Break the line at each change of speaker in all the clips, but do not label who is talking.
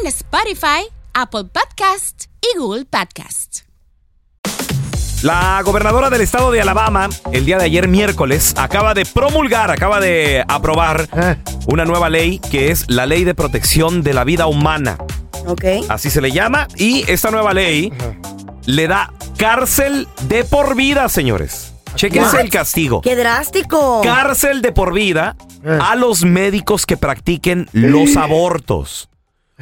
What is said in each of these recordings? en Spotify, Apple Podcast y Google Podcast.
La gobernadora del estado de Alabama, el día de ayer miércoles, acaba de promulgar, acaba de aprobar
Ah.
una nueva ley que es la Ley de Protección de la Vida Humana.
Ok.
Así se le llama. Y esta nueva ley le da cárcel de por vida, señores. Chequense
What?
el castigo.
¡Qué drástico!
Cárcel de por vida
Eh.
a los médicos que practiquen los abortos.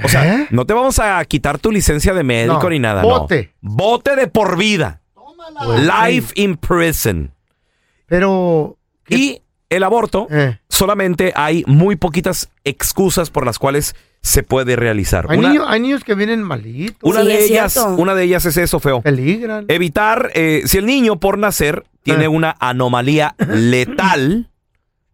O sea, no te vamos a quitar tu licencia de médico
¿Eh? No,
ni nada.
bote.
No. Bote de por vida. Life in prison.
Pero.
Y el aborto,
Eh.
solamente hay muy poquitas excusas por las cuales se puede realizar.
Hay,
Una,
niños, hay niños que vienen malitos,
una
Sí,
de
es
ellas,
cierto.
una de ellas es eso, feo.
peligran.
Evitar, eh, si el niño por nacer tiene
Eh.
una anomalía letal,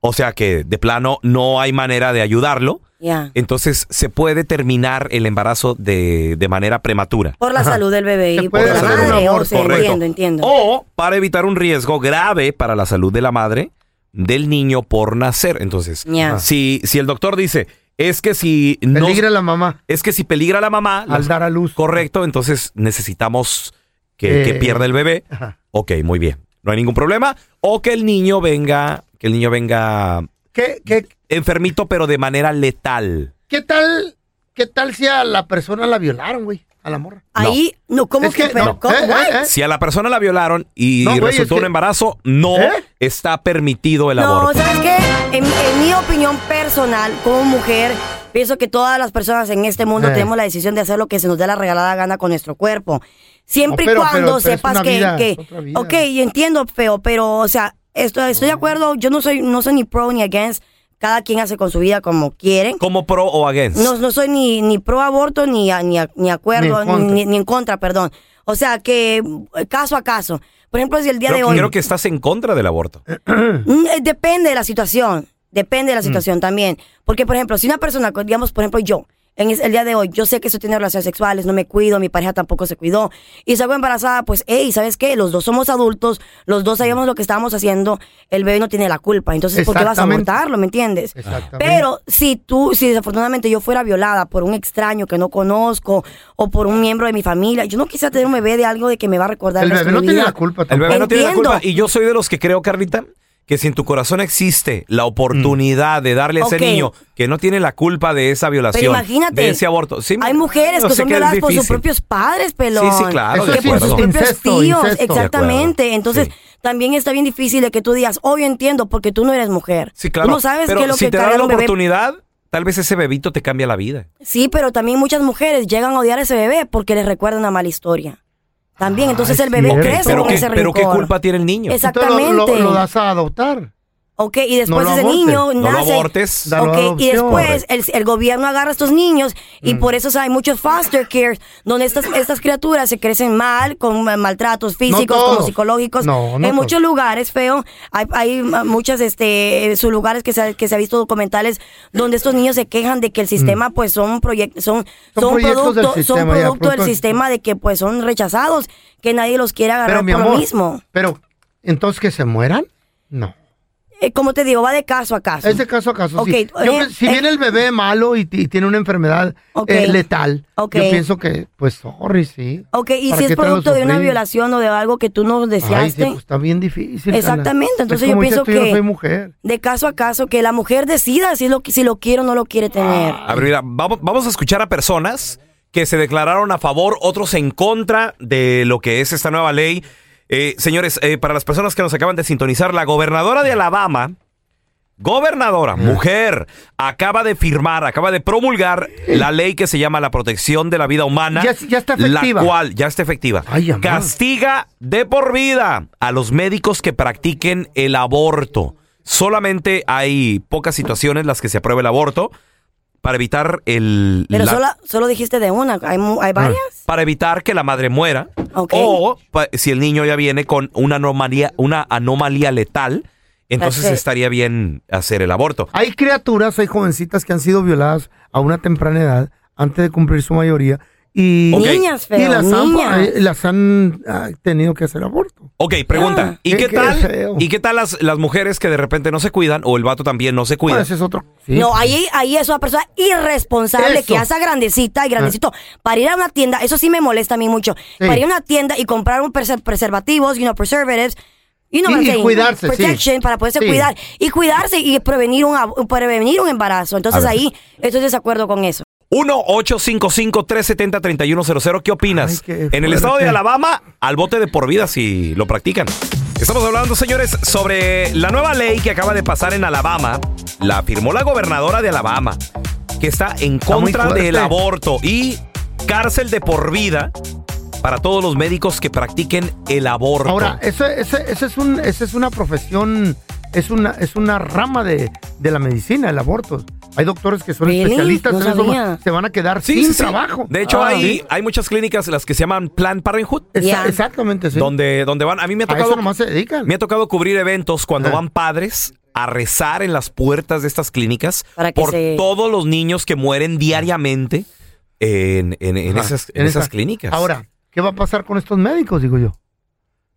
o sea que de plano no hay manera de ayudarlo,
Ya.
entonces se puede terminar el embarazo de, de manera prematura.
Por la salud del bebé y
Se
por
puede
la
hacer un Oh,
madre.
aborto,
o sea,
correcto.
entiendo, entiendo.
O para evitar un riesgo grave para la salud de la madre del niño por nacer. Entonces,
Ya.
si, si el doctor dice, es que si no...
Ah. Peligra la mamá
Es que si peligra la mamá,
al
los-
dar a luz.
correcto, entonces necesitamos que, que
Eh.
pierda el bebé.
Ajá.
Ok, muy bien. No hay ningún problema. O que el niño venga, que el niño venga
¿Qué, qué,
enfermito, pero de manera letal.
qué tal, ¿Qué tal si a la persona la violaron, güey? A la morra.
Ahí, no, ¿cómo
Es
que,
que-
pero,
no,
cómo?
eh,
What?
eh, eh.
Si a la persona la violaron y
No, güey,
resultó
es
un
que-
embarazo, no
¿Eh?
está permitido el
No,
aborto.
¿sabes qué? En, en mi opinión personal, como mujer, pienso que todas las personas en este mundo
Eh.
tenemos la decisión de hacer lo que se nos dé la regalada gana con nuestro cuerpo. Siempre
No, pero-
y cuando
pero- pero es
sepas
una
que,
vida,
que-
es otra vida.
Ok, y entiendo, feo, pero, o sea, esto- estoy de acuerdo. Yo no soy, no soy ni pro ni against. Cada quien hace con su vida como quieren.
Como pro o against.
No, no soy ni, ni pro aborto ni, a- ni, a- ni acuerdo,
Ni en contra.
ni, ni en contra, perdón. O sea, que eh, caso a caso. Por ejemplo, si el día de
creo,
hoy.
creo que estás en contra del aborto.
Mm, eh, Depende de la situación. Depende de la situación también. Porque, por ejemplo, si una persona, digamos, por ejemplo, yo, en es- el día de hoy, yo sé que estoy teniendo relaciones sexuales, no me cuido, mi pareja tampoco se cuidó, y salgo embarazada, pues, hey, ¿sabes qué? Los dos somos adultos, los dos sabíamos lo que estábamos haciendo, el bebé no tiene la culpa. Entonces, ¿por qué vas a
Exactamente.
abortarlo? ¿Me entiendes?
Exactamente.
Pero si tú, si desafortunadamente yo fuera violada por un extraño que no conozco o por un miembro de mi familia, yo no quisiera tener un bebé de algo de que me va a recordar
el
resto
bebé
de
no
mi
tiene
vida.
la culpa
El
tampoco.
bebé no tiene la
Entiendo.
culpa. Y yo soy de los que creo, Carlita, que si en tu corazón existe la oportunidad de darle a
Ok.
ese niño que no tiene la culpa de esa violación,
Pero imagínate,
de ese aborto. Sí,
hay mujeres
yo
que
sé es
son violadas por sus
difícil.
propios padres, pelón.
Sí, sí, claro,
Eso
que
es
por sus
incesto,
propios
incesto,
tíos,
incesto.
De
exactamente.
acuerdo,
Entonces,
sí.
también está bien difícil de que tú digas, oh, yo entiendo, porque tú no eres mujer.
Sí, claro.
Tú no sabes
pero
qué es lo
si
que
te da
carga
la
un bebé.
oportunidad, tal vez ese bebito te cambia la vida.
Sí, pero también muchas mujeres llegan a odiar a ese bebé porque les recuerda una mala historia. También, entonces
Ah,
el
es
bebé
cierto.
crece
Pero
con
qué,
ese
pero qué
rencor.
culpa tiene el niño.
Entonces, lo-
Exactamente.
Lo, lo das a adoptar.
Ok, y después
lo
ese
abortes.
No
niño
lo
nace.
abortes.
Da- Dalo a
ok,
adopción.
y después el, el gobierno agarra a estos niños y
Mm.
por eso o sea, hay muchos foster cares donde estas, estas criaturas se crecen mal, con ma- maltratos físicos, como
todos.
psicológicos.
No, no
en
todos.
muchos lugares, feo, hay, hay ma- muchas, este, eh, sus lugares que se, ha- que se ha visto documentales donde estos niños se quejan de que el sistema, pues, son proyectos, son,
Mm. Son proyectos del
producto, son
sistema, ya,
producto del
producto-
sistema de que, pues, son rechazados, que nadie los quiere agarrar
Pero mi
por lo
amor.
mismo.
Pero, ¿entonces que se mueran? No.
eh, como te digo, va de caso a caso.
Es de caso a caso.
Ok,
sí.
eh,
Yo pe- si
eh.
viene el bebé malo y, ti- y tiene una enfermedad
Ok.
eh, letal,
Ok.
yo pienso que, pues, sorry, sí.
Ok, y
¿Para
si
qué
es
te lo
producto de una
sufrí?
violación o de algo que tú no
Ay, sí,
deseaste,
pues, está bien difícil. Ana.
Exactamente,
Es
entonces yo
como dices
pienso
tú, yo no
que-
soy mujer.
de caso a caso, que la mujer decida si lo, si lo quiere o no lo quiere tener.
A ver, mira, vamos, vamos a escuchar a personas que se declararon a favor, otros en contra de lo que es esta nueva ley. Eh, señores, eh, para las personas que nos acaban de sintonizar, la gobernadora de Alabama, gobernadora, mujer, acaba de firmar, acaba de promulgar la ley que se llama la protección de la vida humana.
Ya- ya está efectiva.
La cual ya está efectiva.
Ay, amá.
Castiga de por vida a los médicos que practiquen el aborto. Solamente hay pocas situaciones en las que se aprueba el aborto para evitar el
Pero
la-
solo, solo dijiste de una, hay, mu-
Ah.
hay varias.
para evitar que la madre muera
Ok.
o pa- si el niño ya viene con una anomalía una anomalía letal entonces
Perfecto.
estaría bien hacer el aborto
Hay criaturas, hay jovencitas que han sido violadas a una temprana edad, antes de cumplir su mayoría, y,
Ok.
Niñas,
y
feo,
las, han,
niñas.
eh, las han ah, tenido que hacer aborto.
Ok, pregunta
Ah.
y
Qué-
qué,
qué
tal
feo.
y qué tal las, las mujeres que de repente no se cuidan o el vato también no se
Bueno,
cuida
ese es otro. sí.
No, ahí, ahí es una persona irresponsable
Eso. Ah.
que hace grandecita y grandecito. Para ir a una tienda, eso sí me molesta a mí mucho.
Sí.
Para ir a una tienda y comprar un preser- preservativos, you know, preservatives. You know
Y-
what I'm
y
saying.
cuidarse, sí.
Protection para poderse
Sí.
cuidar. Y cuidarse y prevenir un, ab- prevenir un embarazo. Entonces
A ver.
ahí estoy de desacuerdo con eso.
1-855-370-3100. ¿Qué opinas?
Ay, qué
en el
fuerte.
estado de Alabama, al bote de por vida si lo practican. Estamos hablando, señores, sobre la nueva ley que acaba de pasar en Alabama. La firmó la gobernadora de Alabama, que está en
muy
contra
fuerte.
del aborto y cárcel de por vida para todos los médicos que practiquen el aborto.
Ahora, eh, esa ese, ese es, un- ese es una profesión, es una, es una rama de, de la medicina, el aborto. Hay doctores que son
Really?
especialistas,
No
en eso,
sabía.
se van a quedar
Sí,
sin
sí, sí.
trabajo.
De hecho,
Ah,
hay,
sí.
hay muchas clínicas las que se llaman Plan Parenthood,
Exa-
Ya.
Exactamente, sí.
donde, donde van. A mí me ha
a
tocado
eso nomás se dedican.
Me ha tocado cubrir eventos cuando
Ah.
van padres a rezar en las puertas de estas clínicas
Para que
por
se-
todos los niños que mueren diariamente en, en- en
Ajá,
esas, en
en
esas
esa-
clínicas.
Ahora, ¿qué va a pasar con estos médicos, digo yo?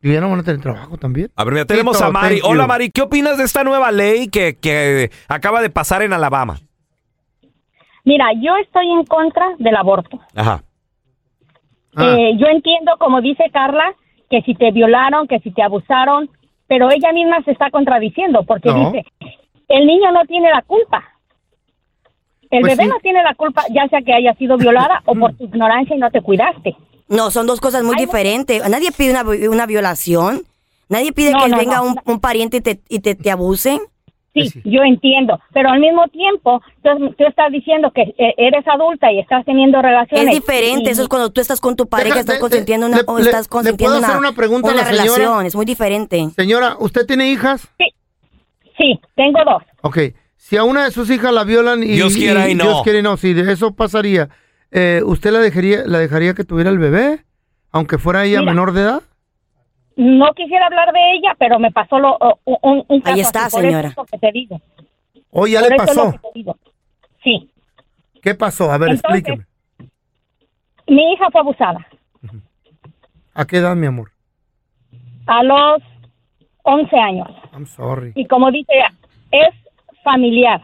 Y ya no van a tener trabajo también.
A ver, mira, tenemos
Tito,
a Mari.
thank you.
Hola, Mari, ¿qué opinas de esta nueva ley que, que acaba de pasar en Alabama?
Mira, yo estoy en contra del aborto.
Ajá.
Ah,
Eh, yo entiendo, como dice Carla, que si te violaron, que si te abusaron, pero ella misma se está contradiciendo porque
No.
dice, el niño no tiene la culpa. El
Pues
bebé
sí. Mm.
no tiene la culpa, ya sea que haya sido violada o por tu ignorancia y no te cuidaste.
No, son dos cosas muy
Ay, no.
diferentes. Nadie pide una, vi- una violación. Nadie pide
No,
que
no,
venga
no.
un, un pariente y te, y te, te abuse.
Sí,
Pues sí.
yo entiendo, pero al mismo tiempo tú, tú estás diciendo que eh, eres adulta y estás teniendo
Es
relaciones.
diferente,
y-
eso es cuando tú estás con tu pareja,
Deja-
estás
de-
consentiendo una,
le-
o
le-
estás
¿le
consentiendo
puedo hacer una pregunta a la
una
señora?
relación, es muy diferente.
Señora, ¿usted tiene hijas?
Sí, tengo dos.
Ok. Si a una de sus hijas la violan y
Dios quiera y no.
Dios quiera y no, si de eso pasaría, eh, ¿usted la dejaría, la dejaría que tuviera el bebé, aunque fuera ella
Mira.
menor de edad?
No quisiera hablar de ella, pero me pasó lo, un, un caso
Ahí está,
así, por eso
señora.
es lo que te digo.
¿O Oh, ya
Por
le
eso es lo
pasó?
que te digo. Sí,
¿Qué pasó? A ver,
Entonces-
explíqueme.
mi hija fue abusada
¿A qué edad, mi amor?
a los 11 años
I'm sorry.
y como dice, ella, es familiar.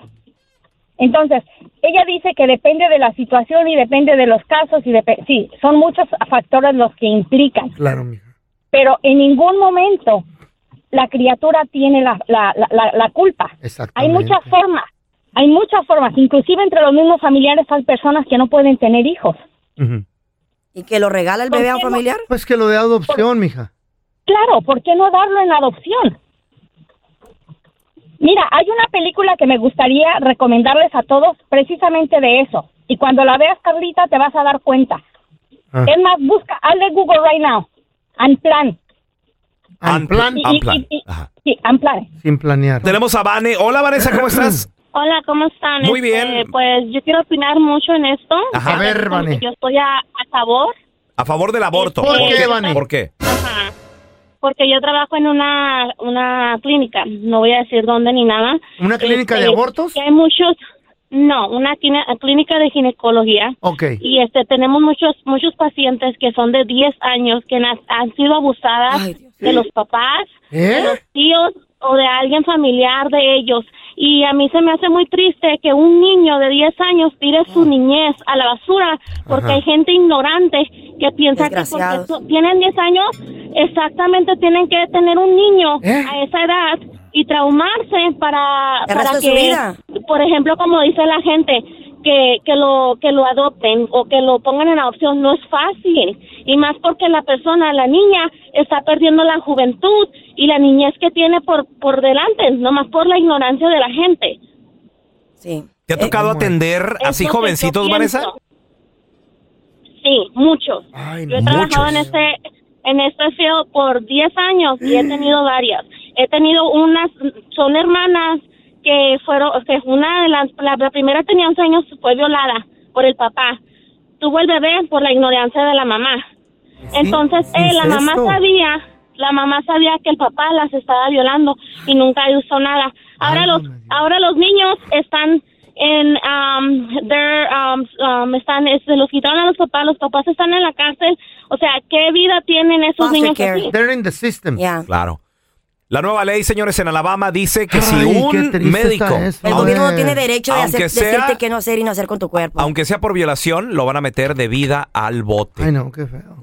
Entonces, ella dice que depende de la situación y depende de los casos y depe- sí, son muchos factores los que implican,
Claro, mija.
pero en ningún momento la criatura tiene la, la, la- la- la culpa. Hay
Exactamente.
muchas formas, hay muchas formas, inclusive entre los mismos familiares hay personas que no pueden tener hijos.
Ujú.
¿Y que lo regala el bebé a un
Confirmo.
familiar?
Pues que lo de adopción, mija.
Claro, ¿por qué no darlo en adopción? Mira, hay una película que me gustaría recomendarles a todos precisamente de eso. Y cuando la veas, Carlita, te vas a dar cuenta.
Ah.
Es más, busca, hazle Google right now. Unplan.
Al ah, plan,
Y- y-
Unplan.
y- y-
Ajá.
Sí, Unplan.
sin planear.
Tenemos a Vane. Hola, Vanessa, ¿cómo estás?
Hola, ¿cómo están?
Muy
Este,
bien.
Pues yo quiero opinar mucho en esto.
Ajá.
A ver, Vane.
Yo estoy a, a favor
A favor del aborto.
¿Por qué, Vane?
¿Por qué?
ajá, porque yo trabajo en una, una clínica, no voy a decir dónde ni nada.
¿Una clínica de
Este,
abortos?
que hay muchos, no, una quina- clínica de ginecología.
Ok.
Y este tenemos muchos muchos pacientes que son de 10 años que na- han sido abusadas
Ay, Dios.
de los papás,
¿Eh?
de los tíos, o de alguien familiar de ellos. Y a mí se me hace muy triste que un niño de 10 años tire
Ah.
su niñez a la basura porque
Ajá.
hay gente ignorante que piensa que porque
Desgraciados.
so- tienen 10 años, exactamente tienen que tener un niño
¿Eh?
a esa edad y traumarse para,
El
para
resto de
que,
su vida.
por ejemplo, como dice la gente, que, que, lo, que lo adopten o que lo pongan en adopción no es fácil. Y más porque la persona, la niña, está perdiendo la juventud y la niñez que tiene por, por delante, nomás por la ignorancia de la gente.
Sí.
¿Te ha tocado
Eh, ¿cómo es?
atender
Es
así
lo que yo
jovencitos,
pienso.
Vanessa?
Sí, muchos.
Ay,
Yo he
no,
trabajado en
muchos.
este, en este field por 10 años y he
Mm.
tenido varias. He tenido unas, son hermanas que fueron, que una de las, la, la primera tenía 11 años, fue violada por el papá. Tuvo el bebé por la ignorancia de la mamá. Entonces,
¿qué
eh,
es
la mamá
esto?
sabía, la mamá sabía que el papá las estaba violando y nunca hizo nada. Ahora
Ay,
los,
no me digas.
ahora los niños están en, um, they're, um, um, están, es- se los quitaron a los papás, los papás están en la cárcel. O sea, ¿qué vida tienen esos
Foster
niños
care.
así?
They're in the system.
Eh, Ya.
Claro. La nueva ley, señores, en Alabama dice que si
Ay, qué
un
triste
médico,
está eso,
El
Aunque-
gobierno no tiene derecho de hacer,
aunque sea-
decirte qué no hacer y no hacer con tu cuerpo.
aunque sea por violación, lo van a meter de vida al bote.
Ay, no, qué feo.